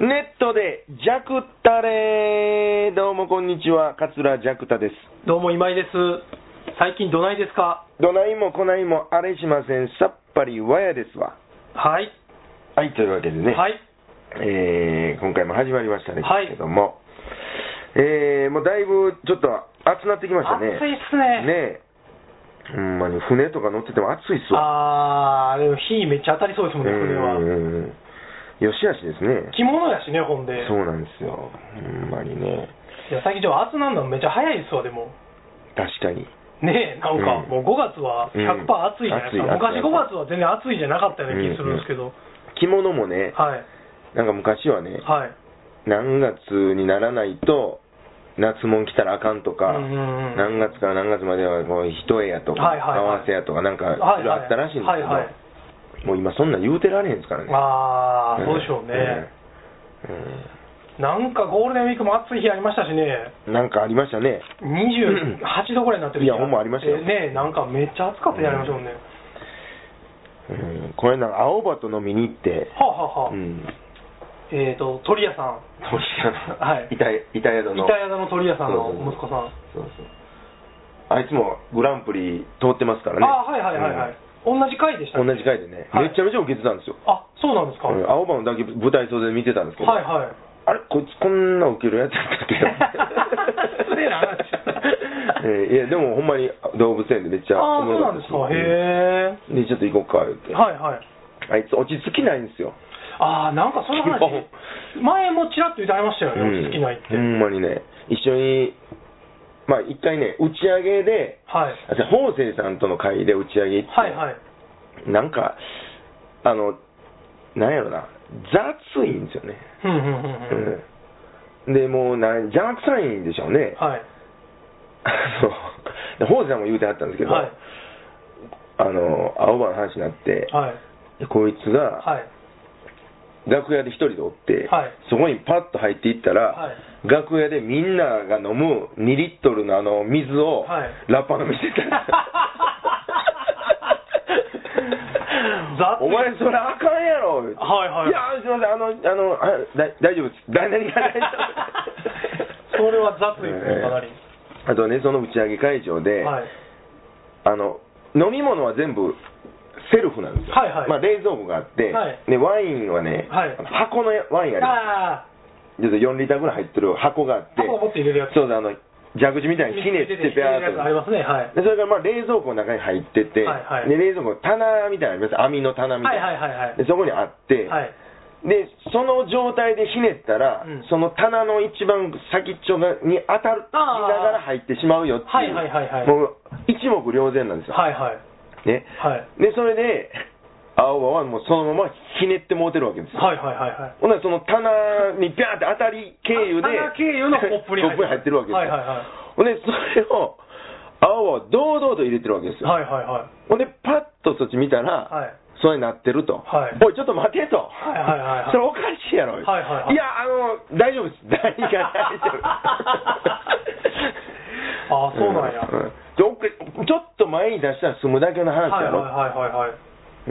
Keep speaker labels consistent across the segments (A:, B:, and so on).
A: ネットで、ジャクタレどうもこんにちは、桂ジャクタです。
B: どうも今井です。最近どないですか
A: どないもこないもあれしません、さっぱりわやですわ。
B: はい。
A: はい、というわけでね、
B: はい。
A: えー今回も始まりましたね、
B: はい
A: けども、えーもうだいぶちょっと暑なってきましたね。
B: 暑いっすね
A: ねえ。ほんまに船とか乗ってても暑いっすわ。
B: あー、でも火めっちゃ当たりそうですもんね、これ
A: う
B: は。
A: ん。よしあしですね。
B: 着物やしね、ほんで。い
A: そうなんですよ。ほんまにね。
B: や、最近ちょっと暑なんだのめっちゃ早いですわ、でも。
A: 確かに。
B: ねえ、なんか、
A: うん
B: もう5月は100%暑いじゃないですか。
A: うん暑い暑い
B: 昔5月は全然暑いじゃなかったような気するんですけど。
A: 着物もね、
B: はい。
A: なんか昔はね、
B: はい。
A: 何月にならないと夏もん来たらあかんとか、
B: うんうんうん
A: 何月から何月まではこう一重やとか、
B: はいはいはい
A: 合わせやとかなんか
B: はい
A: い
B: はい
A: ろいろあったらしいんですけど、
B: はいはい
A: もう今そんなん言うてられへんですからね。
B: あー、
A: ん
B: そうでしょうね。
A: うん
B: なんかゴールデンウィークも暑い日ありましたしね。
A: うんなんかありましたね。
B: 28度ぐらいになってる
A: いやほんまありましたよ
B: ねえ、なんかめっちゃ暑かったやりましたもんね。
A: うん、これなんか青葉と飲みに行って、
B: はあはあはあ。
A: うん、
B: えっ、と、鳥屋さん。
A: 鳥屋の、
B: はい
A: イタイタヤドの
B: 板屋の鳥屋さんの息子さん。
A: そうそうあいつもグランプリ通ってますからね
B: ああ、はいはいはいはい。同じ回でしたっ
A: うん
B: け
A: 同じ回でね、
B: はい
A: めちゃめちゃ受けてたんですよ、
B: あ、そうなんですか。
A: うん
B: は
A: 青葉のだけ舞台袖で見てたんですけ
B: い
A: ど、
B: はい。
A: あれこいつこんな受けるやつやったっけ
B: 失礼な話
A: えーいやでもほんまに動物園でめっちゃ
B: ああ、
A: お
B: そ
A: も
B: うな
A: ろ
B: んですか。
A: かったです
B: へ
A: うんでちょっと行こうか言って、
B: え。はいはい。
A: あいつ落ち着きないんですよ
B: ああ、なんかその話
A: 基 本、
B: 前もちらっと言ってありましたよね、
A: うん
B: 落ち着きないって。
A: ほんまにね一緒にまあ一回ね打ち上げで
B: はい。
A: あじゃあ方正さんとの会で打ち上げ行って、
B: はいはい。
A: なんか、あの、なんやろな、雑いんですよね。
B: ふんふんふんふん。
A: うん、で、もうなん、邪魔くさいんでしょう ね。
B: はい。
A: あの、ほうさんも言うてはったんですけど、
B: はい。
A: あの、青葉の話になって、
B: はい。
A: こいつが
B: はい。
A: 楽屋で一人でおって、
B: はい
A: そこにパッと入っていったら、
B: はい
A: 楽屋でみんなが飲む2リットルのあの水を、
B: はい
A: ラッパー飲みしてた。
B: 雑
A: お前それあかんやろ言うて
B: はいはい
A: いやすいませんあのあのあだ大丈夫ですだ何が大丈夫
B: それは雑いですね
A: ええ
B: か なり
A: あとねその打ち上げ会場で、
B: はい。
A: あの飲み物は全部セルフなんですよ、
B: はいはい
A: まあ、冷蔵庫があって、
B: はい
A: でワインはね、
B: はい
A: あの箱のワインがあ
B: ああ。
A: りますちょっと4リッターぐらい入ってる箱があって
B: 箱を持って入れるやつ
A: そうだあの蛇口みたいにひねってペアーっ
B: ありますね、はい。
A: でそれからまあ冷蔵庫の中に入ってて、
B: はいはい
A: で冷蔵庫の棚みたいなのあります網の棚みたいな、
B: はいはいはいはい
A: でそこにあって、
B: はい。
A: でその状態でひねったら、
B: うん
A: その棚の一番先っちょがに当たるな
B: あー
A: がら入ってしまうよっていう、
B: はいはいはいはい
A: もう一目瞭然なんですよ、
B: はいはい。
A: ね
B: はい
A: でそれで青葉はもうそのままひねってもうてるわけですよ、
B: はいはいはいはい。
A: ほんならその棚にビャーって当たり経由で
B: あ棚経由のコップに入ってる
A: コる
B: は
A: わけですよ、
B: いはいはい
A: ほんでそれを青葉は堂々と入れてるわけですよ、
B: はいはいはい。
A: ほんで、パッとそっち見たら、
B: はい
A: それになってると、
B: はい
A: おい、ちょっと待てと、
B: はいはいはいはい
A: それおかしいやろ、
B: はいはいはい
A: や、あの、大丈夫 です、何が大
B: あそう
A: 丈夫
B: なんや
A: うんでおっけちょっと前に出したら済むだけの話
B: はいはい
A: やろ、
B: はいはいはい。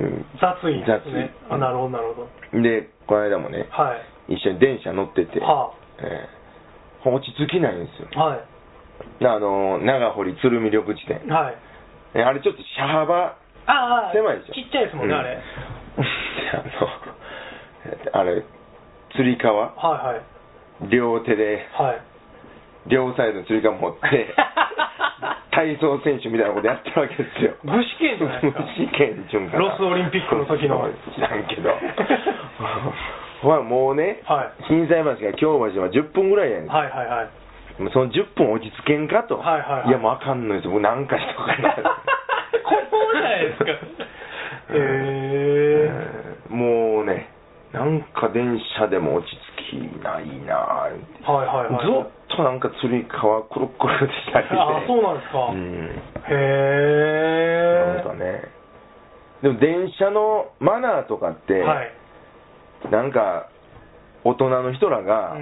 A: うん
B: 雑いですね。
A: 雑い
B: あなるほどなるほど。
A: で、この間もね、
B: はい。
A: 一緒に電車乗ってて、
B: は
A: えー落ち着きないんですよ、
B: あ、はい。
A: あの長堀鶴見緑地点、
B: はい。
A: えあれちょっと車幅
B: ああ、
A: 狭いでしょ
B: ちっちゃいですもんね、
A: うん
B: あれ。はい
A: であのあれつり革
B: はい。
A: 両手で
B: はい。
A: 両サイドのつり革持って 体操選手みたいなことやってるわけですよ
B: 具志堅じゃないですか
A: 具志堅ちゅうんかな
B: ロスオリンピックの時の
A: そうそう知らんけ どほらもうね、
B: は
A: 心斎橋から京橋は10分ぐらいやねん、
B: はいはいはい。
A: もうその10分落ち着けんかと、
B: はいはいはい
A: やもうあかんのですよもう何かしとかな
B: ここじゃないですか。 へえ。
A: うんもうね、なんか電車でも落ち着きないなぁ、
B: はいはいはい。
A: ずっとなんか釣り革くるくるでしたりね
B: あそうなんですか
A: うん
B: へえ。
A: なんかね、でも電車のマナーとかって、
B: はい。
A: なんか大人の人らが、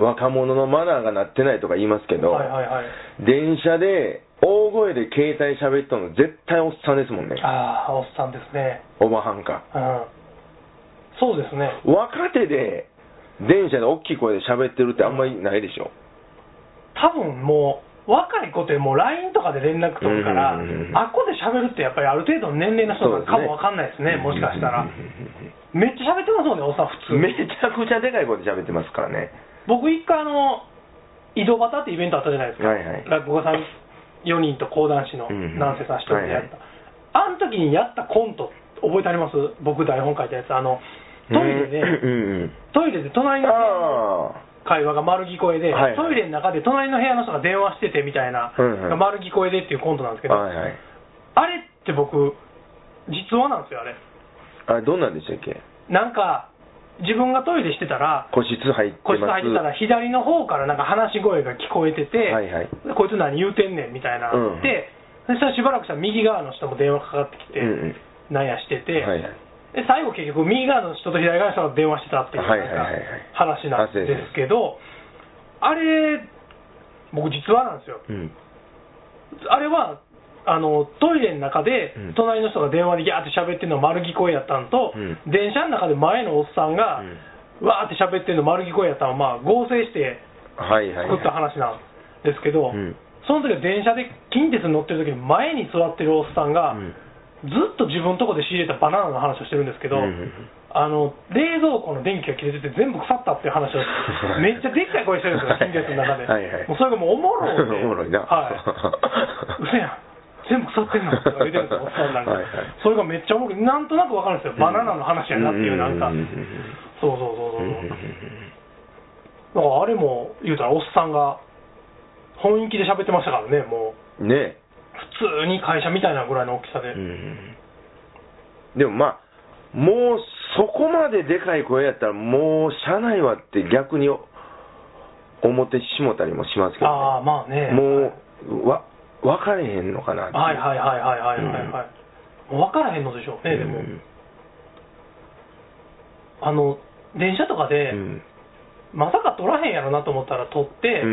A: 若者のマナーがなってないとか言いますけ
B: うん。
A: ど、
B: はいはいはい。
A: 電車で大声で携帯喋ったの絶対おっさんですもんね、
B: ああ、おっさんですね。
A: おばはんか。
B: うん。そうですね。
A: 若手で電車で大きい声で喋ってるってあんまりないでしょ。
B: 多分もう、若い子ってもう LINE とかで連絡取るから、
A: うんうんうんうん
B: あっこで喋るってやっぱりある程度の年齢の人なんかもわかんないですね、もしかしたら
A: うんうん。う
B: めっちゃ喋ってますもんね、おっさん普
A: んうん
B: 通。
A: めちゃくちゃでかい声で喋ってますからね。
B: 僕一回あの、井戸端ってイベントあったじゃないですか。
A: はいはい。
B: 落語家さん4人と講談師の
A: うん
B: 南瀬さん1人でやった、
A: は
B: あの時にやったコント覚えてあります僕台本書いたやつあのトイレで、
A: うんうん。
B: トイレで隣の
A: ああ。
B: 会話が丸聞こえで、
A: はいはい
B: トイレの中で隣の部屋の人が電話しててみたいな、
A: うんうん
B: 丸聞こえでっていうコントなんですけど、
A: はいはい。
B: あれって僕実話なんですよあれ
A: あれ、どんなんでしたっけ
B: なんか自分がトイレしてたら
A: 個室入ってます。
B: 個室入ってたら左の方からなんか話し声が聞こえてて、
A: はいはい。
B: でこいつ何言うてんねんみたいな、
A: うん
B: でそしたらしばらくしたら右側の人も電話かかってきて、
A: うん
B: なんやして
A: う
B: て、
A: ん。はいはい。
B: で最後結局右側の人と左側の人が電話してたっていう
A: はいはいはいは
B: なん
A: い
B: か話なんですけど、あれ僕実はなんですよ
A: うん。
B: あれはあのトイレの中で
A: うん
B: 隣の人が電話でギャーって喋ってるの丸聞こえやったんと、
A: う
B: 電車の中で前のおっさんが、わーって喋ってるの丸聞こえやったんは、まあ、合成して
A: はいはいはい。
B: 作った話なんですけど、
A: うん
B: その時は電車で近鉄に乗ってる時に前に座ってるおっさんが、
A: うん
B: ずっと自分のとこで仕入れたバナナの話をしてるんですけど、
A: うんうん
B: あの冷蔵庫の電気が切れてて全部腐ったっていう話をめっちゃでっかい声してるん ですよ近鉄の中で、
A: はいはい
B: もうそれがもうおもろい
A: おもろいな
B: はい、うせやん全部腐って んのって言ってるんですよおっさんなんか
A: はいはい
B: それがめっちゃおもろいなんとなくわかるんですよバナナの話やなっていうなんか、
A: うんうん
B: そうそうそうそうう、
A: んうん
B: だからあれも言うたらおっさんが本気で喋ってましたからねもう
A: うんね
B: 普通に会社みたいなぐらいの大きさで、
A: うんでもまあもうそこまででかい声やったらもう車内はって逆に思ってしもたりもしますけ
B: あ
A: ど、
B: あまあね
A: ね、もうわ分かれへんのかなって
B: はいはいはいはいはいはいはい、もう分からへんのでしょうねでも、
A: うん
B: あの電車とかで、
A: うん
B: まさか取らへんやろなと思ったら取って、
A: う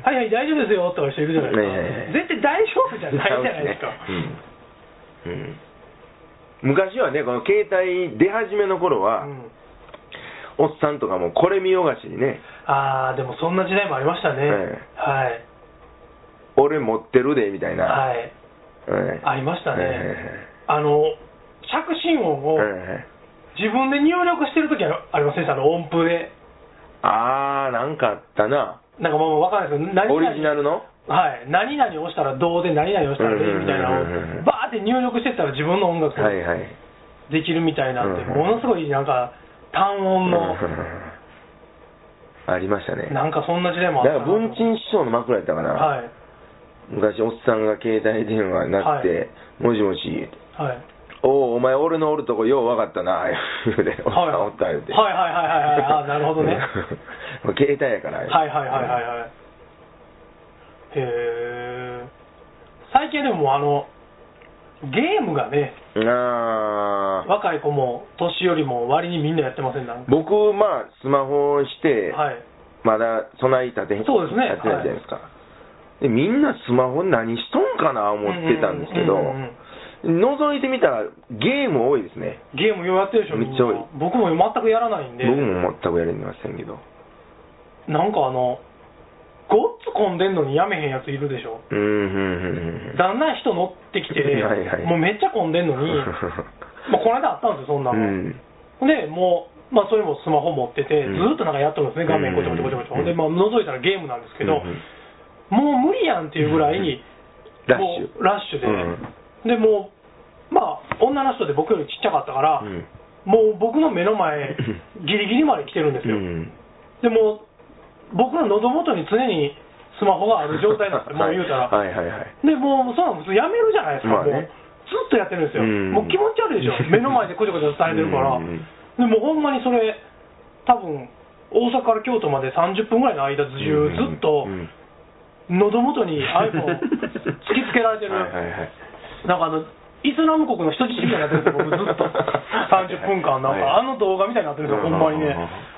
A: ん
B: はいはい大丈夫ですよって人いるじゃないですか、絶対大丈夫じゃないじゃないですか、
A: うんうん昔はねこの携帯出始めの頃は、
B: うん
A: おっさんとかもこれ見よがしにね
B: ああでもそんな時代もありましたね、
A: え
B: はい
A: 俺持ってるでみたいな、
B: はい
A: うん
B: ありましたね、
A: え
B: あの着信音
A: え
B: を自分で入力してるときはありませんでしたあの音符で
A: ああなんかあったな
B: なんかまあまあわかんないですけど何々
A: オリジナルの
B: はい、何々押したらどうで何々押したらでみたいなの
A: う
B: を
A: んうんうんうん
B: バーって入力してったら自分の音楽
A: は
B: が
A: いはい
B: できるみたいなんで、
A: うんう
B: もの
A: ん
B: すごいなんか単音の
A: ありましたね
B: なんかそんな時代
A: だ
B: もあ
A: か
B: ったな
A: ら文鎮師匠の枕やったかな、
B: はい
A: 昔おっさんが携帯電話になって、
B: は
A: もしもし
B: はい
A: おおお前俺のおるとこよう分かったな言うておっさんおった言うて
B: はいはいはいはいはいあなるほど ね
A: うん携帯やか
B: はい
A: ら
B: はいはいはいはいへえ最近でもあのゲームがね
A: あー
B: 若い子も年寄りも割にみんなやってませんなんか
A: 僕、まあ、スマホして、
B: はい
A: まだ備え立てへん
B: そうですね
A: やってないじゃないですか、でみんなスマホ何しとんかな思ってたんですけど、
B: うんうんうんうん
A: 覗いてみたらゲーム多いですね
B: ゲームようやってるでしょみんな
A: めっちゃ多い
B: 僕も全くやらないんで
A: 僕も全くやれませんけど
B: なんかあの、ごっつ混んでんのにやめへんやついるでしょ。
A: うんうんうんうん
B: だんだん人乗ってきて、
A: はいはい
B: もうめっちゃ混んでん のに、まあこの間あったんですよ、そんな
A: う
B: の。
A: ん
B: で、もう、まあ、それもスマホ持ってて、ず
A: うん
B: ーっとなんかやってるんですね、画面
A: う
B: ご
A: ん
B: ちょごちょごちょごちょ。
A: うん
B: ほんで、まあ、覗いたらゲームなんですけど、
A: うんうん
B: もう無理やんっていうぐらい、
A: うんラッシ
B: も
A: ュ
B: うラッシュで、
A: うん
B: で、もう、まあ、女の人で僕よりちっちゃかったから、
A: うん
B: もう僕の目の 前、ギリギリまで来てるんです
A: う
B: よ。
A: ん
B: でも、僕の喉元に常にスマホがある状態なんですよ、もう言うたら。
A: はいはいはいはい
B: で、もう、そんなの普通やめるじゃないです
A: ま
B: か、
A: あ
B: もう。
A: ね
B: ずっとやってるんですよ。
A: うん
B: もう気持ち 悪いでしょ。目の前でこちょこちょ伝えてるから。
A: うん
B: でも、ほんまにそれ、多分、大阪から京都まで30分ぐらいの間中、ずっと
A: う、ん
B: 喉元 に iPhone 突きつけられてる。
A: はいはいはい
B: なんかあの、イスラム国の人質みたいになってるんですよ、僕ず っと。30分間、なんか、あの動画みたいになってるんですよ、ほんまにね。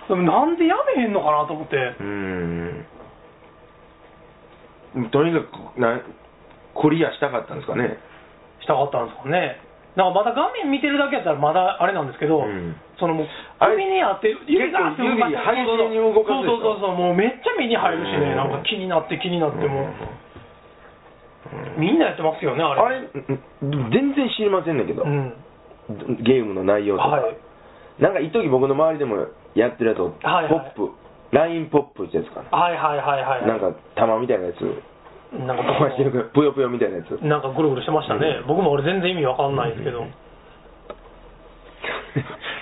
B: でもなんでやめへんのかなと思って。
A: うんとにかくなクリアしたかったんですかね
B: したかったんですかね。なんかまだ画面見てるだけやったらまだあれなんですけど、
A: うん
B: そのもう
A: あれ
B: 首にあって指が
A: 結構指
B: 動かして
A: 背景に動か
B: そう
A: すでしょ
B: そうそうそうもうめっちゃ目に入るし
A: う
B: ね
A: ん
B: なんか気になって気になってもう、
A: うん
B: みんなやってますよねあれ
A: あれうん全然知りませんねんけど、
B: うん
A: ゲームの内容とか、
B: はい
A: なんか一時僕の周りでもやってるやつを、
B: はいはい
A: ポップラインポップってやつかな、
B: はいはいはいはい
A: なんか玉みたいなやつ
B: なんか
A: 壊してるぷよぷよみたいなやつ
B: なんかぐるぐるしてましたね、
A: うん
B: 僕も俺全然意味わかんないですけど、う
A: う
B: ん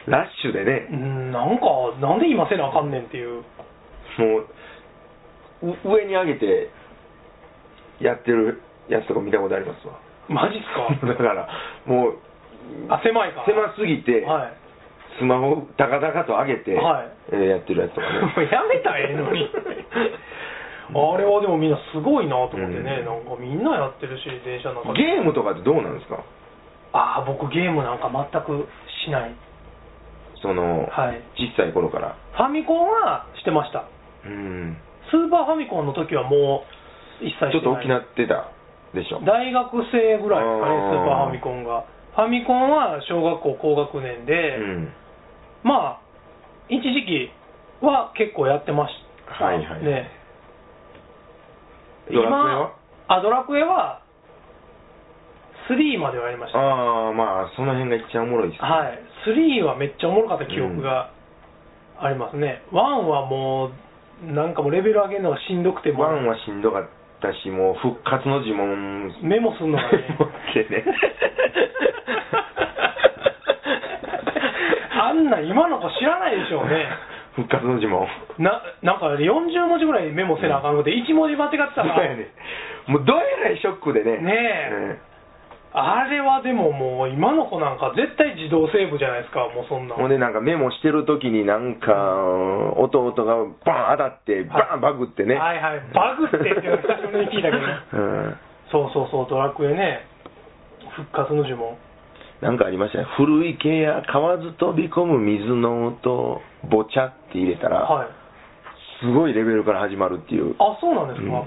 A: ラッシュでね、
B: ん、なんかなんで今せなあかんねんっていう
A: もうう上に上げてやってるやつとか見たことありますわ
B: マジっすか
A: だからもう
B: あ狭いから
A: 狭すぎて、
B: はい
A: スマホを高々と上げて、
B: はい
A: えーやってるやつと かね
B: もうやめたらええのにあれはでもみんなすごいなと思ってね、
A: う
B: なんかみんなやってるし電車の中で
A: ゲームとかってどうなんですか
B: ああ僕ゲームなんか全くしない
A: その、
B: はい
A: 小さい頃から
B: ファミコンはしてました
A: うん
B: スーパーファミコンの時はもう一切してない
A: ちょっと大きなってたでしょ
B: 大学生ぐらいですかね
A: あー
B: スーパーファミコンがファミコンは小学校高学年
A: う
B: で、
A: ん
B: まあ一時期は結構やってました
A: はいはい
B: ね
A: ドラクエは
B: 今あドラクエは3まではやりました
A: ああまあその辺が一番おもろいですね
B: はい3はめっちゃおもろかった記憶がありますね、1はもうなんかもうレベル上げるのがしんどくても
A: ワンはしんどかったしもう復活の呪文
B: メモするのがね
A: ってね
B: あんなん今の子知らないでしょうね
A: 復活の呪文
B: ななんか40文字ぐらいメモせなあかんくて1文字間違ってた
A: そう
B: ら
A: やねもうどえらいショックでね
B: ねあれはでももう今の子なんか絶対自動セーブじゃないですかもうそん
A: え
B: な
A: ほんでなんかメモしてる時になんか弟がバン当たってバンバグってね
B: はいはいバグってっていうのが久しぶりに聞いたけど
A: うん
B: そうそうそうドラクエね復活の呪文
A: なんかありましたね古い池や川ず飛び込む水の音ボチャって入れたら、
B: はい
A: すごいレベルから始まるっていう
B: あそうなんですか、
A: うん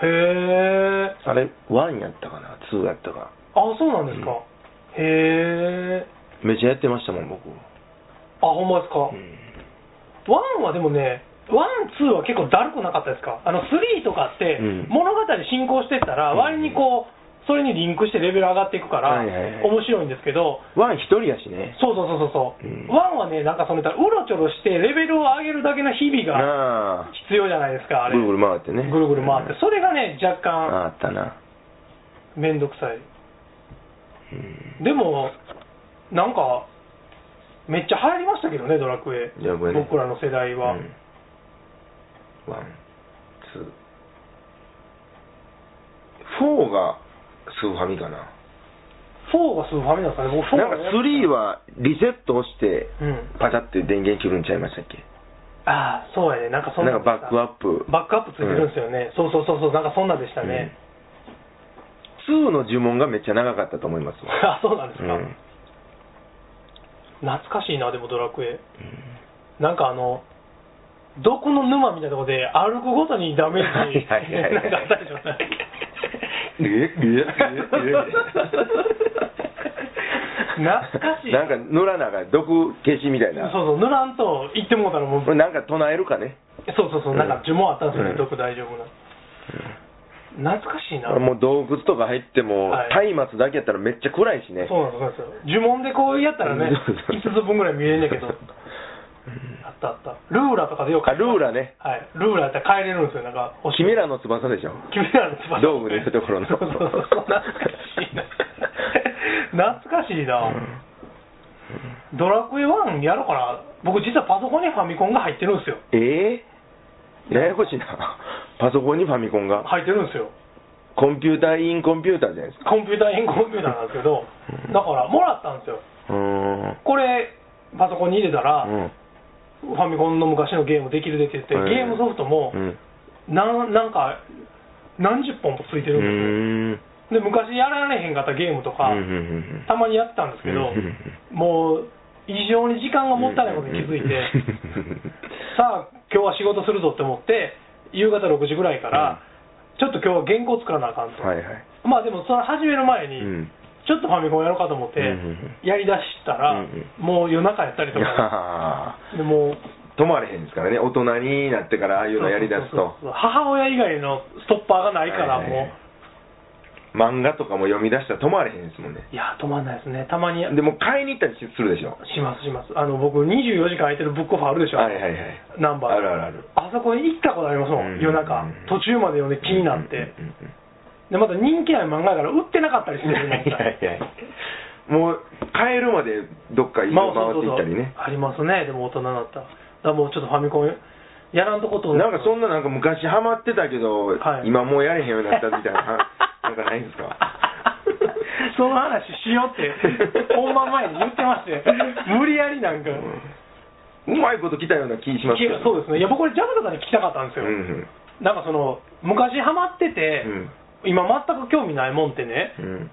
B: へえ
A: あれ1やったかな2やったか
B: あそうなんですか、
A: うん
B: へえ
A: めちゃやってましたもん僕、
B: あほんまですか、
A: うん
B: ワンはでもね、ワン、ツーは結構だるくなかったですか、あのスリーとかって
A: うん、
B: 物語進行してったら、
A: うん
B: 割にこう、それにリンクしてレベル上がっていくから、
A: はいはいはい
B: 面白いんですけど、
A: 1一人やしね
B: そうそうそうそう
A: うん、
B: ワンはね、なんかその、うろちょろして、レベルを上げるだけの日々が
A: な
B: 必要じゃないですか、あ
A: あ
B: れ、
A: ぐるぐ
B: ぐ
A: る回ってね
B: るぐる回っ
A: う
B: て
A: ん、
B: それがね、若干、
A: ああったな、
B: めんどくさい。
A: うん、
B: でも、なんか、めっちゃ流行りましたけどね、ドラクエ、
A: ドラクエね
B: 僕らの世代は。
A: うんワンツーフォーがスーファミかな
B: 4がスーファミなんですかね、僕4
A: な
B: は
A: んか3はリセット押して
B: うん
A: パチャって電源切るんちゃいましたっけ
B: ああ、そうやね、なんかそん
A: なん
B: な
A: か
B: ん
A: バックアップ
B: バックアップついてるんですよね、そうそうそうそう、なんかそんなんでしたね、
A: うん2の呪文がめっちゃ長かったと思いますわ
B: あそうなんですか、
A: うん
B: 懐かしいな、でもドラクエ、なんかあの、毒の沼みたいなところで歩くごとにダメージ、
A: はいはいは い
B: なんかあったでしょ、なんか
A: えええ
B: 懐かしい
A: なんか塗らなが毒消しみたいな
B: そうそう、塗らんと行ってもうたらもう、
A: これなんか唱えるかね
B: そうそうそう、なんか呪文あったんですよね、
A: うん
B: 毒大丈夫な。懐かしいな、
A: もう洞窟とか入っても
B: はい
A: 松明だけやったらめっちゃ暗いしね
B: そうなんですそうなんですよ呪文でこうやったらね
A: そう
B: 5
A: そう
B: つ分ぐらい見えんねんけ どあったあったルーラとかでよく
A: あルーラね
B: はいルーラやったら帰れるんですよなんかお
A: 君らの翼でしょ
B: 君らの翼
A: 道具でいうところの
B: そうそうそう懐かしいな懐かしいな、ドラクエ1やろうかな僕実はパソコンにファミコンが入ってるんですよ
A: ええややこしいなパソコンにファミコンが
B: 入ってるんですよ
A: コンピューターインコンピューターじゃないですか
B: コンピューターインコンピューターなんですけどだからもらったんですよ
A: うーん
B: これパソコンに入れたら、
A: うん
B: ファミコンの昔のゲームできるでって言って、
A: うん
B: ゲームソフトも
A: う、ん
B: なんなんか、何十本もついてる
A: う
B: ん
A: ーん
B: ですよ、で昔やられへんかったゲームとか、
A: うんうんうんうん
B: たまにやってたんですけど、
A: うん
B: もう、異常に時間がもったいないことに気づいて、さあ、今日は仕事するぞって思って、夕方6時ぐらいから、ちょっと今日は原稿作らなあかんと、
A: はいはい
B: まあでも、その始める前に、
A: うん
B: ちょっとファミコンやろうかと思って
A: うんうん
B: やりだしたら、
A: うん
B: もう夜中やったりとか
A: あ
B: でもう
A: ー止まれへんですからね大人になってからああいうのやりだ
B: そ
A: す
B: う
A: と
B: そうそう母親以外のストッパーがないからもう、
A: はいいはいはい漫画とかも読み出したら止まれへんですもんね
B: や止まんないですねたまに
A: でも買いに行ったりするでしょ
B: しますしますあの僕24時間空いてるブックオフあるでしょ、
A: はいはいはい
B: ナンバー
A: あるあるある
B: あそこに行ったことありますもん、
A: うん
B: 夜中途中まで読んで気になって、
A: うんうんうん
B: でまた人気ない漫画やから売ってなかったりす
A: い
B: る
A: や
B: じゃない
A: い
B: ですか
A: やいやもう帰るまでどっか一
B: まあ
A: 度
B: そう
A: 回っ
B: そうそ
A: てい
B: う
A: ったりね
B: ありますねでも大人だったらだからもうちょっとファミコンやらんとこと
A: なんかそ
B: ん
A: んななんか昔ハマってたけど、
B: はい
A: 今もうやれへんようになったみた いななんかないんですか
B: その話しようって本番前に言ってまして無理やりなんか、
A: うまいこと来たような気します
B: い
A: け
B: や
A: ど
B: そうですねいや僕これジャムとかに聞きたかったんです
A: う
B: よ、
A: ん
B: なんかその昔ハマってて、
A: うん
B: 今全く興味ないもんってね、
A: うんうん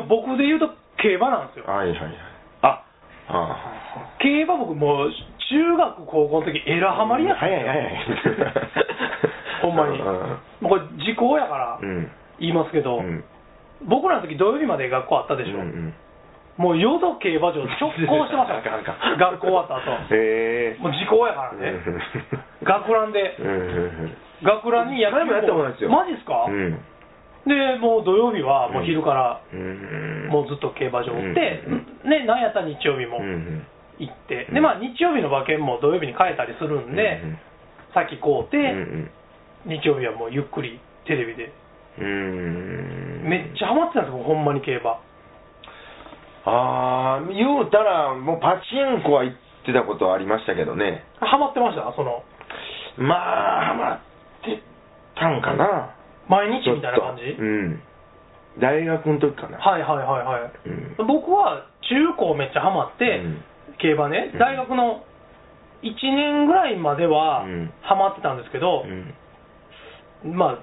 B: まあ、僕で言うと競馬なんですよ
A: はいはいはいああ
B: 競馬僕もう中学高校の時エラハマりやったん
A: 早
B: ですよ
A: い
B: ほ
A: 早い
B: んまに
A: うん
B: もうこれ時効やから
A: うん
B: 言いますけど、
A: うん
B: 僕らの時土曜日まで学校あったでしょ、
A: うんうん
B: もう夜と競馬場直行してました
A: あかんあかん
B: 学校終わった後
A: へえ
B: もう時効やからね、学ランで
A: うんうんうん
B: 学ランにや
A: 前もやったことないですよ
B: マジっすか、
A: うん
B: でもう土曜日はもう昼から
A: うん
B: もうずっと競馬場行って、
A: う
B: ねなんやったら日曜日も
A: うんうん
B: 行って、
A: う
B: で
A: ん
B: まあ日曜日の馬券も土曜日に変えたりするんで、さっき買うて、
A: うん
B: 日曜日はもうゆっくりテレビで
A: うんうん
B: めっちゃハマってたんですよほんまに競馬
A: ああ言うたらもうパチンコは行ってたことはありましたけどね
B: ハマってましたその
A: まあハマってたんかな
B: 毎日みたいな感じ、
A: ちょっとうん大学の時かな
B: はいはいはいはい
A: うん
B: 僕は中高めっちゃハマって、
A: うん
B: 競馬ね
A: うん
B: 大学の1年ぐらいまでは
A: うん
B: ハマってたんですけど
A: う、ん
B: まあ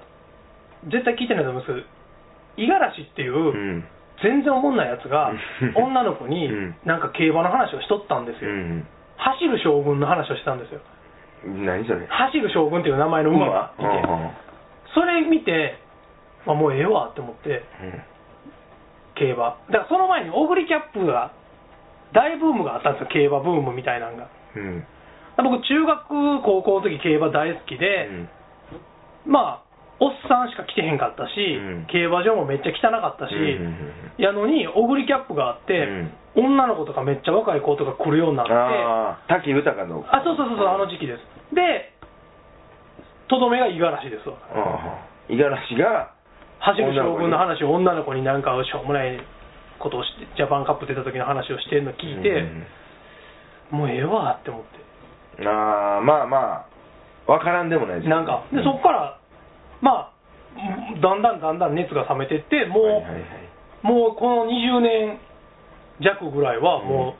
B: 絶対聞いてないと思います五十嵐っていううん全然おもんないやつが
A: うん
B: 女の子に
A: うん
B: なんか競馬の話をしとったんです
A: う
B: よ、
A: ん
B: 走る将軍の話をしてたんですよ
A: 何それ
B: 走る将軍っていう名前の馬がいて、
A: う
B: それ見て、まあ、もうええわって思って
A: んうん
B: 競馬だからその前にオグリキャップが大ブームがあったんですよ競馬ブームみたいなのが
A: うん
B: 僕中学高校の時競馬大好きで、
A: うん
B: まあおっさんしか来てへんかったし、
A: うん
B: 競馬場もめっちゃ汚かったし、
A: うんうんうん
B: やのにオグリキャップがあって、女の子とかめっちゃ若い子とか来るようになってあ
A: ああ滝豊の
B: そうそうそうそうあの時期ですでとどめが五十嵐ですわ
A: 五十嵐が
B: 走る将軍の話を女の子になんかしょうもないことをしてジャパンカップ出た時の話をしてんの聞いて、もうええわって思って
A: うんああまあまあわからんでもないです
B: なんかで
A: う
B: そこからまあだんだんだんだん熱が冷めてってもう、
A: はいはいはい
B: もうこの20年弱ぐらいはも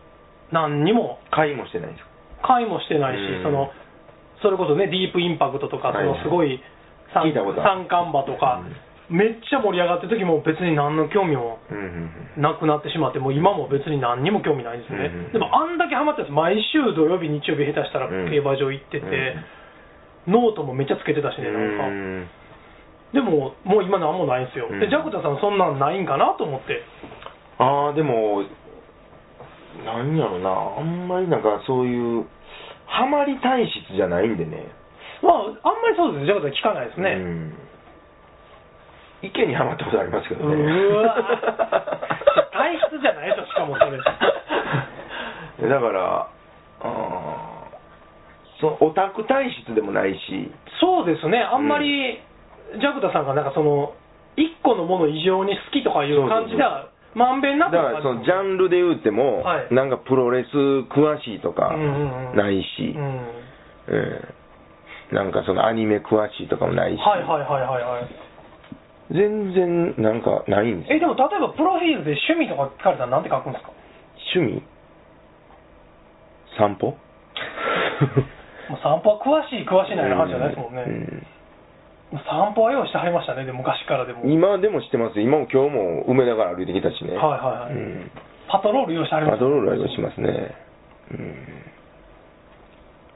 B: う何にも
A: 会もしてないんですか
B: 会もしてないし、
A: うん
B: そのそれこそねディープインパクトとかそ
A: はいはい
B: のすごい三
A: 聞いたことあ
B: 三
A: る
B: 冠馬とか、めっちゃ盛り上がってる時も別に何の興味も
A: うんうん
B: なくなってしまってもう今も別に何にも興味ないですね、
A: うん
B: でもあんだけハマってたんです毎週土曜日日曜日下手したら
A: うん
B: 競馬場行ってて、ノートもめっちゃつけてたし
A: う
B: ねなん
A: ん
B: か、
A: うん
B: でももう今何もないんですよ、
A: う
B: で
A: ん
B: ジャクタさんそんなんないんかなと思って
A: ああでもなんやろなあんまりなんかそういうハマり体質じゃないんでね
B: まああんまりそうですねジャクタさん聞かないですね、
A: うん池にハマったことありますけど
B: う
A: ね
B: わ 体質じゃないでしょしかもそれ
A: え だからあーそオタク体質でもないし
B: そうですねあんまり、ジャクタさんがなんかその一個のもの異常に好きとかいう感じではまんべんな
A: だ
B: く
A: からそのジャンルで言うても、
B: はい
A: なんかプロレス詳しいとか
B: うんうんうん
A: ないし、
B: うん
A: えーなんかそのアニメ詳しいとかもないし、
B: はいはいはいはいはい
A: 全然なんかないんです
B: えでも例えばプロフィールで趣味とか聞かれたらなんて書くんですか
A: よ趣味散歩
B: もう散歩は詳しい詳しいなりの話じゃないですもんね、
A: うん
B: もう散歩は用意してはりましたねで昔からでも、はい
A: 今でもしてます今も今日も梅田から歩いてきたしね
B: はいはい、
A: うん
B: パトロール用意してはりま
A: パ
B: し
A: ト
B: た
A: ロールはしますね、う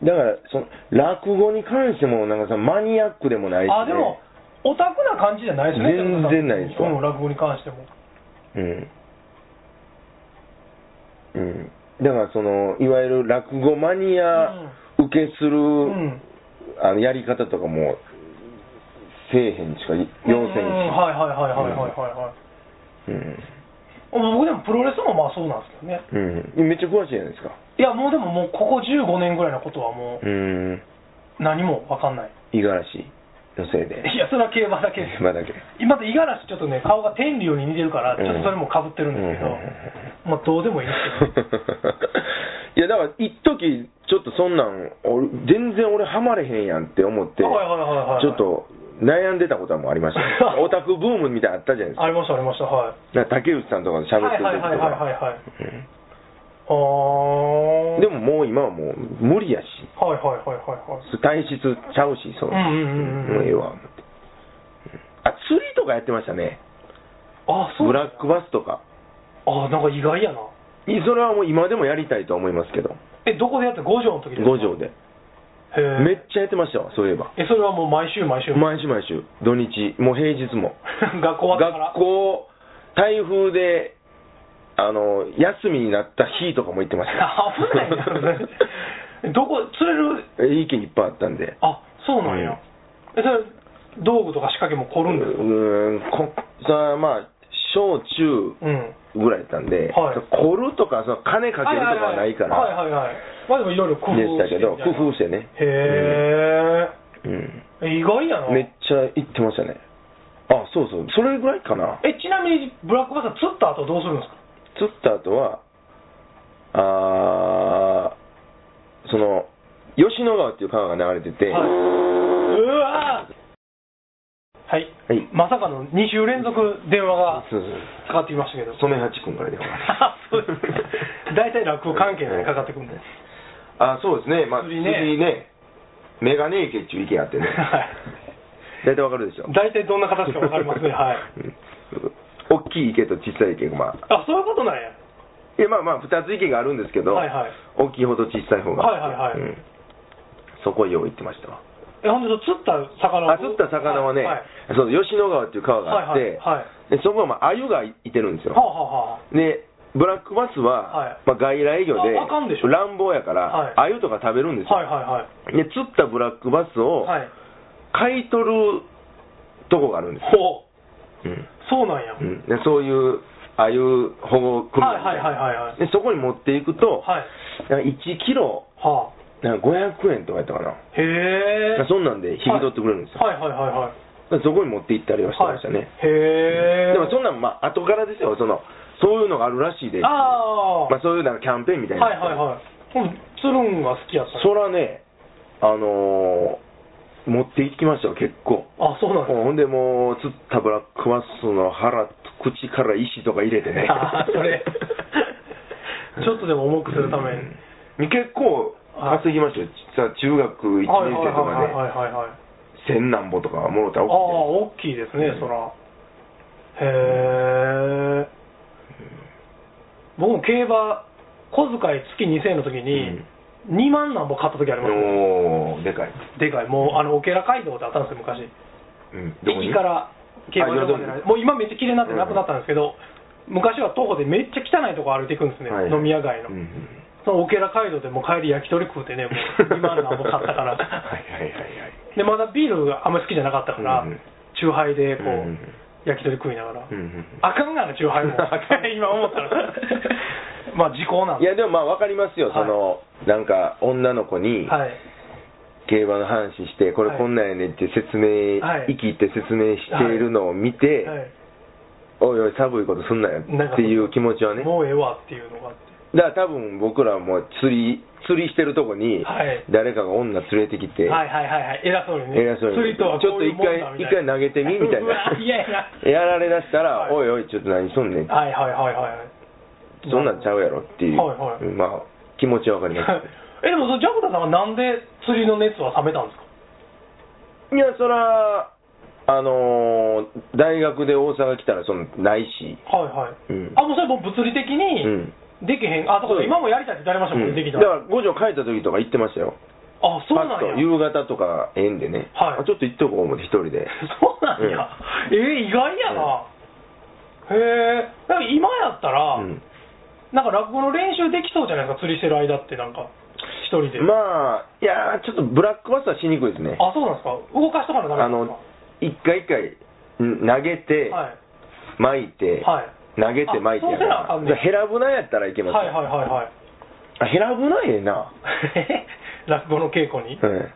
A: ん、だからその落語に関してもなんかさマニアックでもないし、ね、
B: あでもオタクな感じじゃないですね
A: 全然ないですわ
B: うん落語に関しても
A: うんうん、だからそのいわゆる落語マニア受けする、
B: うん。
A: あのやり方とかもせえへんしかい
B: うん
A: 要せ
B: う
A: んし
B: んはいはいはいはいはいはいはい。
A: うん
B: 僕でもプロレスもまあそうなんですけどね。
A: うん、めっちゃ詳しいじゃないですか
B: いやもうでももうここ15年ぐらいのことはも
A: うん
B: う何もわかんない。
A: 五十嵐のせいで
B: いやそれは競馬だけです。
A: 今だけ
B: 今で五十嵐ちょっとね顔が天竜に似てるからちょっとそれもかぶってるんですけど、まあどうでもいいですよ。
A: いやだから一時ちょっとそんなん俺全然俺ハマれへんやんって思ってち
B: はいはいはいはい。
A: ょっ。と悩んでたことはもうありましたオタクブームみたいなのあったじゃないですか
B: ありましたありましたはい。
A: だから竹内さんとかと喋ってる時
B: はい
A: と
B: はいはいはい
A: か
B: はいはい。
A: うん
B: あー
A: でももう今はもう無理やし
B: はいはいはいはいはい。
A: 体質ちゃうしそう
B: うんうんうんうん
A: もうええわ思ってあ釣りとかやってましたね
B: あそう。
A: ブラックバスとか
B: あなんか意外やな。
A: いそれはもう今でもやりたいとは思いますけど
B: えどこでやった？五条の時ですか。
A: 五条で
B: へー
A: めっちゃやってましたわそういえば
B: えそれはもう毎週毎週。
A: 毎週毎週土日もう平日も
B: 学校終わったから。
A: 学校台風であの休みになった日とかも行ってました
B: 危ない な。どこ釣れる？
A: いい件いっぱいあったんで
B: あそうなんや。
A: うん
B: えそれ道具とか仕掛けも
A: う
B: 凝るんですか。
A: ーんこさあまあ小中
B: うん。
A: ぐらいやったんで、
B: はい
A: 凝るとかその金かけるとかはないから、
B: はいはいはい。まあでもいろいろ工夫
A: でしたけ
B: して
A: ど
B: みたいな
A: 工夫してね
B: へ
A: うん
B: え、意外やな。
A: めっちゃ行ってましたねあそうそうそれぐらいかな
B: えちなみにブラックバス釣った後どうするんですか。
A: 釣った後はあーその吉野川っていう川が流れてて、
B: はいうわーはい、
A: はい
B: まさかの2週連続電話が
A: そう
B: かかってきましたけど、
A: そう染八君から電話
B: あそうです 大体落語関係でかかってくるんで、はい、
A: あそうですねまあ
B: 釣
A: 釣
B: り
A: り
B: ね
A: ねメガネ池っていう意見あってね大体わかるでしょ
B: 大体どんな形か分かりますね、はい、
A: うん 大きい池と小さい池がまあ
B: あそういうことなんや、
A: いやまあまあ2つ意見があるんですけど、
B: はいはい
A: 大きいほど小さい方が、
B: はいはいはい
A: うんそこへよう行ってましたわ
B: えほんで、釣った魚
A: あ釣った魚はね、
B: はい
A: その吉野川っていう川があって、
B: はいはいは
A: でそこはまあ鮎がいてるんです
B: は
A: よ、
B: あ、は
A: でブラックバスは、
B: はい
A: まあ、外来魚で
B: ああかんでしょ
A: 乱暴やから、
B: は
A: 鮎とか食べるんです
B: あ
A: よ、
B: はあ、はい
A: で釣ったブラックバスを
B: はいはい、はい、
A: 買い取るとこがあるんですよ、
B: ほう、そうなんや、
A: うんうんでそういう鮎保護組合みたいな
B: はいはいはいはいはい
A: でそこに持っていくと、
B: はい、
A: なんか1キロ
B: はあ、
A: なんか500円とかやったかな、
B: へえ、
A: そんなんで引き取ってくれるんですよ、
B: はいはいはいはい、
A: だからそこに持って行ったりはしてましたね、
B: へえ、
A: でもそんなんまあ後からですよそのそういうのがあるらしいで
B: ああ、
A: まあ、そういうなんかキャンペーンみたいな、
B: はいはいはい。うんつるんが好きやったんや
A: そらねあのー持って行きましたよ結構
B: あ、そうなんです
A: ほんでもう釣ったブラックマスの腹と口から石とか入れてね
B: あーそ れ ちょっとでも重くするために
A: うん結構稼ぎましたよさ中学1年
B: はい
A: 生とか
B: はい
A: ね
B: はいはいはいはい。
A: 千何歩とかもろた
B: ああ、
A: ら大
B: 大きいですね、
A: うん
B: そら。へえ。僕も競馬、小遣い月2000円の時
A: きい
B: に、2万なんぼ買った時ありま
A: う
B: すね
A: ん、おーでかい、
B: でかい、もう、あの、オケラ街道ってあったんですよ、昔。
A: うん、どこに
B: 駅から競馬場まで
A: あ
B: の
A: 夜通り
B: もう今めっちゃ綺麗になってなくなったんですけど、昔は徒歩でめっちゃ汚いとこ歩いていくんですね、
A: はい
B: 飲み屋街の。
A: うんうん
B: そのオケラ街道でもう帰り焼き鳥食うて ね、もう今のはもう買ったか
A: はい
B: ら、
A: はいはいはい
B: でまだビールがあんまり好きじゃなかったから、
A: うんうん
B: チューハイでこう、
A: うんうん
B: 焼き鳥食いながら、
A: うんうん
B: あかんがな、チューハイも、 今思ったら、 まあ時効なん
A: い
B: で、
A: やでもまあ分かりますよ、
B: はい
A: そのなんか女の子に
B: はい、
A: 競馬の話して、こ
B: は
A: れ
B: い
A: こんなんやねんって説明、
B: はい
A: 息って説明しているのを見て、
B: はい
A: おいおい、寒いことすんなよ
B: なんか
A: っていう気持ちはね、
B: もうええわっていうのがあって、
A: だから多分僕らも釣り釣りしてるとこに
B: はい、
A: 誰かが女連れてきて、
B: はいはいはいはい、偉そうにね、
A: 偉そうに
B: 釣りとは
A: ちょっと一回一回投げてみ みたいな、
B: いやいや
A: やられだしたら、
B: はい
A: おいおい、ちょっと何しとんねん、
B: はいはいはいはい。
A: そんなんちゃうやろっていう、
B: はいはい
A: まあ、気持ちは分かります。
B: えでもそのジャクタさんはなんで釣りの熱は冷めたんですか
A: いや、そら、あのー大学で大阪来たら、その、ないし、
B: はいはい、
A: うん
B: あもうそれもう物理的
A: う
B: に
A: ん。
B: できへん、あだから今もやりたいって言われましたもんね、できた
A: だからら、五条帰った時とか行ってましたよ。
B: あそうなん
A: パッ
B: や
A: と夕方とか、ええんでね、
B: はい
A: あちょっと行っとこう思って、一人で。
B: そうなんや、えー意外やな、へえ今やったら、
A: うん
B: なんか落語の練習できそうじゃないですか、釣りしてる間って、なんか、一人で。
A: まあ、いやー、ちょっとブラックバスはしにくいですね。
B: あ、そうなんですか。動かしとかな
A: あ
B: ダメなんで
A: の、一回一回、ん投げて
B: すか。、はい。
A: 巻いて、
B: はい。
A: 投げて
B: あ
A: 巻いてや
B: そうせなあかんね
A: だからヘラブナやったらいけますよ
B: はいはいはい はい。
A: あヘラブナええな。
B: 落語の稽古に。
A: うん。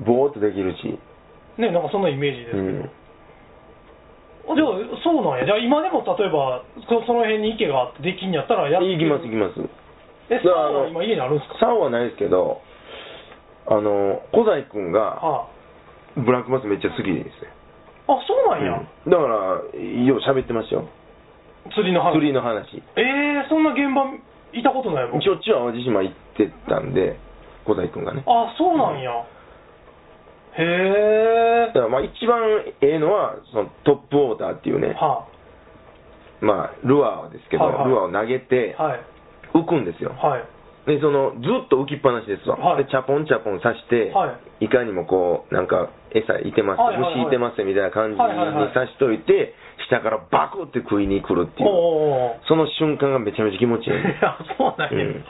A: ぼーっとできるし。
B: ね、なんかそんなイメージです
A: う
B: けど。
A: ん。
B: あじゃあ、そうなんや。じゃあ、今でも例えば、そその辺に池があってできんやったらやって
A: 行きます行きます。
B: え、
A: だからあの
B: そう今家にあるんですか
A: 3はないですけど、あの、小細君が、
B: あ
A: ブラックバスめっちゃ好きですよ。
B: あ、あそうなんや。
A: うんだから、よう喋ってましたよ。
B: 釣りの話。
A: 釣りの話。
B: えー、そんな現場いたことないもん。
A: しょっちゅう淡路島行ってたんで、小細君がね。
B: あ、そうなんや。へ
A: だからまあ一番ええのは、そのトップオーダーっていう
B: え。
A: ね、
B: は
A: まあルアーですけど、
B: はいはい
A: ルアーを投げ
B: い。
A: て、
B: はい。
A: 浮くんですよ。
B: はい。
A: で、その、ずっと浮きっぱなしですわ。
B: はい
A: で、チャポンチャポン刺して、、
B: はい
A: かにもこう、なんか、餌いてます、
B: はいはいはい
A: 虫いてますみたいな感じに
B: はいはいはい
A: 刺しといて、下からバクって食いに来るって
B: お
A: いうう、
B: おうおう。
A: その瞬間がめちゃめちゃ気持 ちいい。
B: あ、そうなんや。
A: うん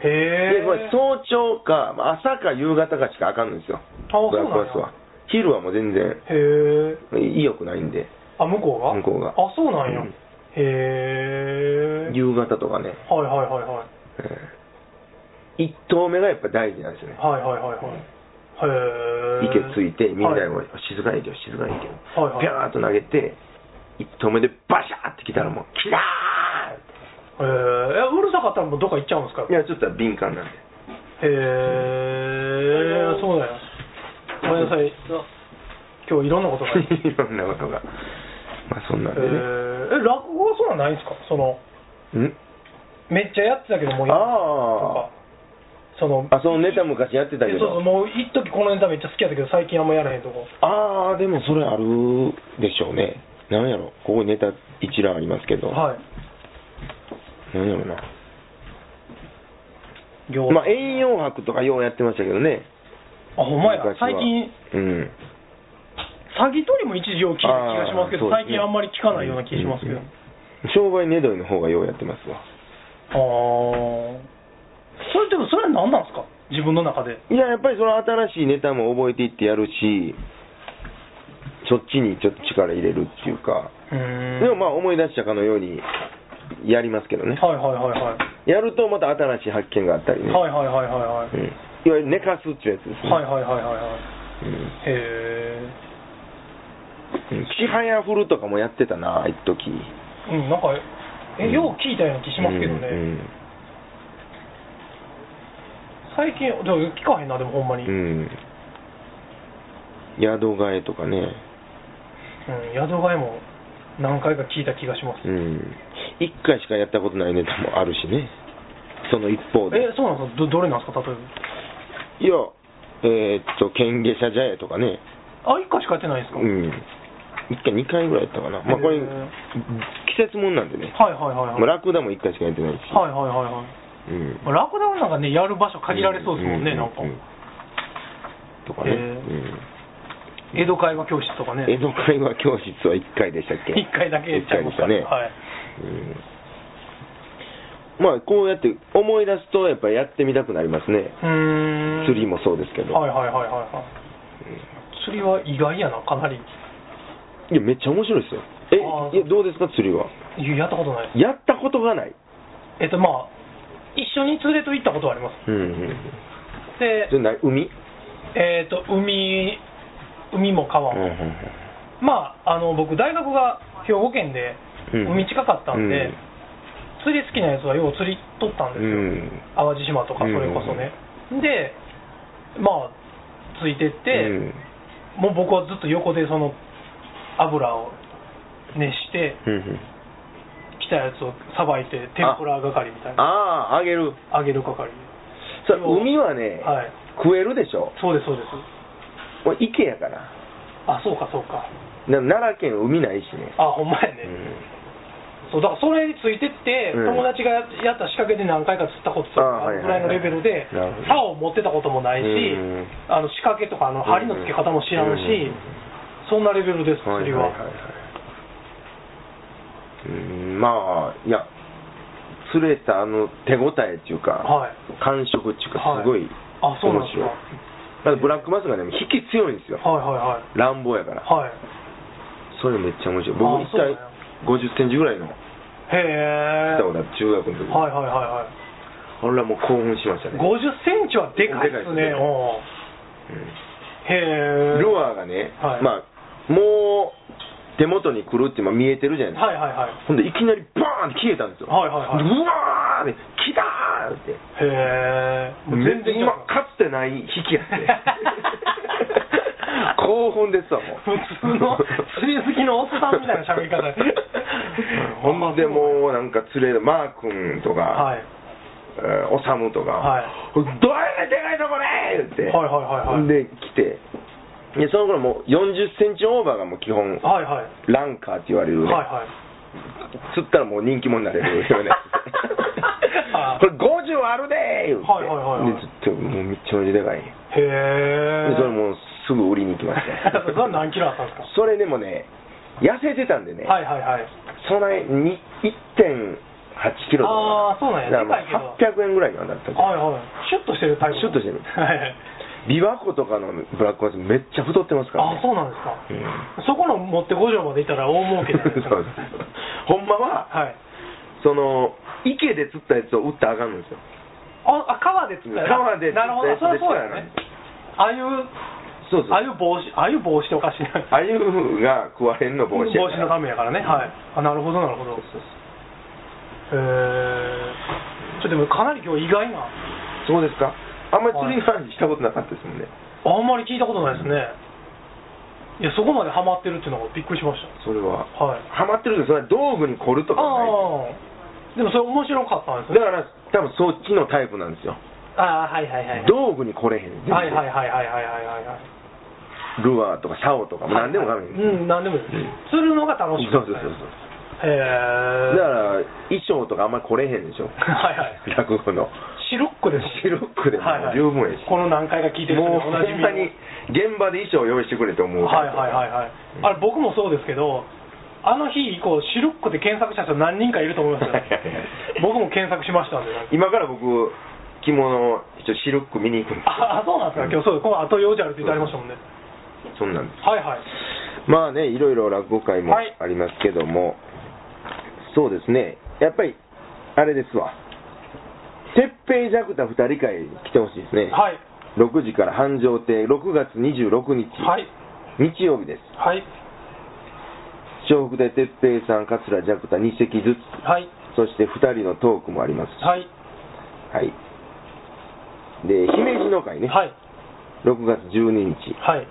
B: へえ。
A: で、これ早朝か、まあ朝か夕方かしかあかんのですよ。
B: あそう
A: ブ
B: な
A: ラ
B: ん
A: ッ
B: や
A: クバスは。昼はもう全然、
B: へえ。
A: 意欲ないんで、
B: あ、向こうが
A: 向こうが
B: あ、そうなんや。
A: うん
B: へえ。
A: 夕方とかね、
B: はいはいはいはい。
A: えー一投目がやっぱ大事なんですよね。
B: はいはいはいはい。へえ。
A: 池ついて、みんなで
B: はい、
A: 静かに行けよ、静かに行けよ。
B: はいはい
A: ピャーっと投げて、一投目でバシャーって来たらもう、キラ
B: へえ。えうるさかったらもうどっか行っちゃうんですか
A: ーいや、ちょっと敏感なん
B: へ
A: で。
B: え、そうだよ。ごめんなさい。今日いろんなことがある。へ
A: いろんなことが。まあそんなん
B: え
A: でね。
B: え、落語はそんなんないんですかその、
A: ん
B: めっちゃやってたけどもう今
A: あ
B: その、
A: あ。あ、そのネタ昔やってたけ
B: そうそう、
A: ど。
B: もう一時このネタめっちゃ好きやったけど、最近あんまやらへんとこ。
A: ああ、でもそれあるでしょうね。なんやろ。ここにネタ一覧ありますけど。
B: はい。
A: なんやろな。
B: 行
A: まあ、栄養博とかようやってましたけどね。
B: あ、ほんまや
A: 昔は。
B: 最近、
A: うん。
B: 詐欺取りも一時よう聞いた気がしますけど、
A: あー
B: 最近あんまり聞かないような気がしますけど。
A: うんうん商売ねどりの方がようやってますわ
B: あーそれでもそれは何なんですか自分の中で
A: いややっぱりその新しいネタも覚えていってやるしそっちにちょっと力入れるっていうか、
B: うん
A: でもまあ思い出したかのようにやりますけどね、
B: はいはいはいはい
A: やるとまた新しい発見があったりね、
B: はいはいはいはいはい
A: うん、いわゆる寝かすっていうやつですね、
B: はいはいはいはいはい
A: うん
B: へえ
A: うん、キハヤフルとかもやってたな一時
B: うんなんかえよう聞いたような気しますけどね、
A: うん
B: 最近でも聞かへんなでもほんまに、
A: う
B: うん
A: ん、うん宿替えとかね
B: 宿替えも何回か聞いた気がします、
A: うん一回しかやったことないネタもあるしねその一方で
B: えそうなんですかどどれなんですか例え
A: いや、えーっと、剣下者じゃえとかね、
B: ばあ一回しかやってないんです
A: う
B: か、
A: ん、1回、2回ぐらいやったかな、まあ、これ
B: へー、
A: 季節もんなんでね、
B: はいはいはいはい
A: まあ、ラクダも1回しかやってないし、
B: はいはいはいはい
A: うん、
B: まあラクダもなんかねやる場所限られそうですもんね、
A: う
B: なんか、
A: うとかね、
B: へー江戸会話教室とかね
A: うん、江戸会話教室は1回でしたっけ
B: 一回だけ
A: 一回でしたね、
B: はい
A: うんまあ、こうやって思い出すと、やっぱりやってみたくなりますね、
B: うーん
A: 釣りもそうですけど、
B: はいはいはいはいはい釣りは意外やなかなり
A: いや、めっちゃ面白いですよ、
B: あー
A: え、いやどうですか、釣りは。
B: いややったことないです
A: やったことがない。
B: えっとまあ一緒に連れと行ったことはあります
A: うんうん。
B: で
A: それな海
B: えっと海海も川
A: うんう
B: も、
A: ん
B: まああの僕大学が兵庫県で
A: うん
B: 海近かったんで、
A: うん
B: 釣り好きなやつはよう釣りとったんですよ、
A: うん
B: 淡路島とかそれこそね、でまあついてって、
A: うん
B: もう僕はずっと横でその油を熱して
A: うんうん
B: 来たやつをさばいて天ぷら係みたいな
A: ああ、あげる。
B: 揚げる係
A: さ海はね、
B: はい
A: 食えるでしょ。
B: そうですそうです
A: これ池やから。
B: あそうかそうか
A: な奈良県海ないしね。
B: あほんまやね、
A: うん
B: そうだからそれについてって、
A: うん
B: 友達がやった仕掛けで何回か釣ったことと
A: あ
B: かあ
A: はい
B: の
A: はい
B: ぐらいのレベルで
A: なるほど
B: 竿を持ってたこともないし、
A: うん
B: あの仕掛けとかあの針の付け方も知らんし、
A: うん
B: そんなレベルです
A: は
B: 釣
A: い
B: り
A: はい
B: は,、
A: はいはい。うん、まあ、いや、擦れたあの手応えっていうか、
B: はい
A: 感触っていう
B: はい
A: かすごい、
B: あそうなんですか
A: 面白いだってブラックマスがね引き強いんですよ、
B: はいはいはい
A: 乱暴やから、
B: はい
A: それめっちゃ面白い
B: あ
A: 僕一
B: そうなんや
A: 体50センチぐらいの
B: へえ
A: 来たことある中学の時、
B: はいはいはいはい
A: 俺はもう興奮しましたね、
B: 50センチはでかいですね
A: でかいで
B: おうへえ
A: すねうんルアーがね、
B: はい
A: まあもう手元に来るって今見えてるじゃないですか、
B: はいはいはい
A: ほんでいきなりバーンって消えたんですよ、
B: はいはいはい
A: でうわーって来たーって
B: へえもう全然違う
A: 今かつてない引きやって 興奮ですわもう
B: 普通の釣り好きのおっさんみたいな喋り方
A: ほんでもうなんか釣れるマー君と
B: は
A: か、
B: い
A: えーおさむとか、
B: はい
A: どうやってでかいとこれって、
B: はいはいはいはい
A: ほんで来てでその頃もう40センチオーバーがもう基本
B: はいはい
A: ランカーって言われる、
B: はい
A: ね
B: はい
A: 釣ったらもう人気者になれるよね
B: あー
A: これ50あるでー言って、
B: はいはいはいはい
A: で釣ってもうめっちゃめちゃでかい、
B: へ
A: で
B: え
A: それもうすぐ売りに行きました
B: それは何キロあったんですか
A: それでもね痩せてたんでね、
B: はいはいはい
A: その辺に1.8キロとか
B: あーそうなんや
A: だからも
B: でかいけど
A: う800円ぐらいにはなったんで
B: はいはいシュッとしてるタイプ
A: シュッとしてる
B: はい
A: 琵琶湖とかのブラックマスめっちゃ太ってますから
B: あ
A: ね
B: そうなんです
A: う
B: か
A: ん
B: そこの持って五条までいたら大儲けじゃないですか
A: そうほんまは、
B: はい
A: その池で釣ったやつを打ったらあかんのですよ
B: ああ川で釣ったやつ
A: 川で釣った
B: なるほど
A: やつ
B: そりゃ
A: で
B: そうやねああいう
A: そうそう
B: ああいう帽子ああいう帽子っておかしいな
A: あゆが食われんの帽子やから
B: のためやからね、はい、あなるほど、なるほど、へえちょっとでもかなり今日意外な、
A: そうですかあんまり釣りの話したことなかったですもんね、
B: あんまり聞いたことないですね、いや、そこまでハマってるっていうのがびっくりしまし
A: それは
B: た、はい、
A: ハマってるけどそれは道具に凝ると
B: あ
A: かは
B: あ、でもそれ、面白かったんです
A: ない
B: ね、
A: だから多分そっちのタイプなんですよ
B: ああ、はいはいはい、
A: 道具に凝れへん
B: はいはいはいはいはいはいはいはい。
A: ルアーとか竿とかも何でもかめへ
B: う
A: ん、
B: ん、何でもいい
A: うん
B: 釣るのが楽しい。
A: そうそうそうそう
B: へえ。
A: だから衣装とかあんまり凝れへんでしょ
B: はいはい。
A: 落語の
B: シロックです。
A: シロックでも
B: はいはい
A: 十分やし
B: この何回か聞いてる人
A: も
B: で
A: う
B: お
A: ほん
B: な
A: ま
B: じみの。
A: に現場で衣装用意してくれと思う
B: はいはいはい
A: い
B: はい、あれ僕もそうですけど、あの日以降、シルックで検索した人、何人かいると思いますよ
A: はいはいはい、
B: 僕も検索しましたんで、
A: 今から僕着物一応シルク見に行くんです
B: ああ、そうなんですか、今日そうこの後用事あるって言ってありましたもんね、
A: そんなんです
B: はいはい、
A: まあねいろいろ落語会も
B: はい
A: ありますけども、そうですねやっぱりあれですわ鉄平ジャクタ2人会来てほしいですね、
B: はい、
A: 6時から繁盛亭6月26日、
B: はい、
A: 日曜日です
B: はい、
A: 笑福亭鉄平さん桂ジャクタ2席ずつ
B: はい、
A: そして2人のトークもありますし
B: はい、
A: はい。で、姫路の会ね、
B: はい、
A: 6月12日、
B: はい、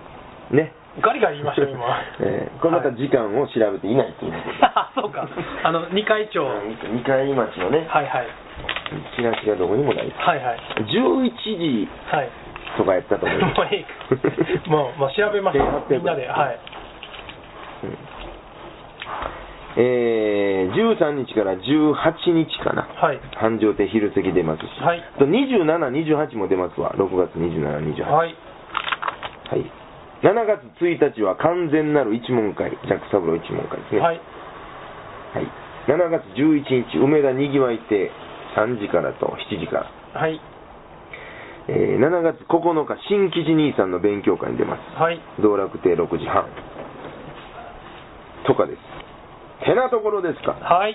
A: ね。。
B: ガリガリ言いましたよ、今
A: えーこれまた
B: はい
A: 時間を調べていないということで
B: そうか、 あの二階町、はい
A: 二階町のね、
B: はい、はい
A: チラシがどこにもない。
B: はい、はい、
A: 11時 とかやった と
B: も
A: 思います。
B: うい い、もう、もう調べましょう、みんなで、はい、
A: えー、13日から18日かな。
B: はい、
A: 繁盛亭昼席出ますし、
B: はい
A: あと27、28も出ますわ、6月27、28。は
B: はい、
A: い。7月1日は完全なる一門会、ジャックサブロー一門会ですね。
B: はい、
A: はい、7月11日、梅田にぎわい亭、3時からと7時から、
B: はい、
A: えー7月9日、新吉兄さんの勉強会に出ま
B: はい。
A: す、道楽亭6時半とかです。てなところですか、
B: はい。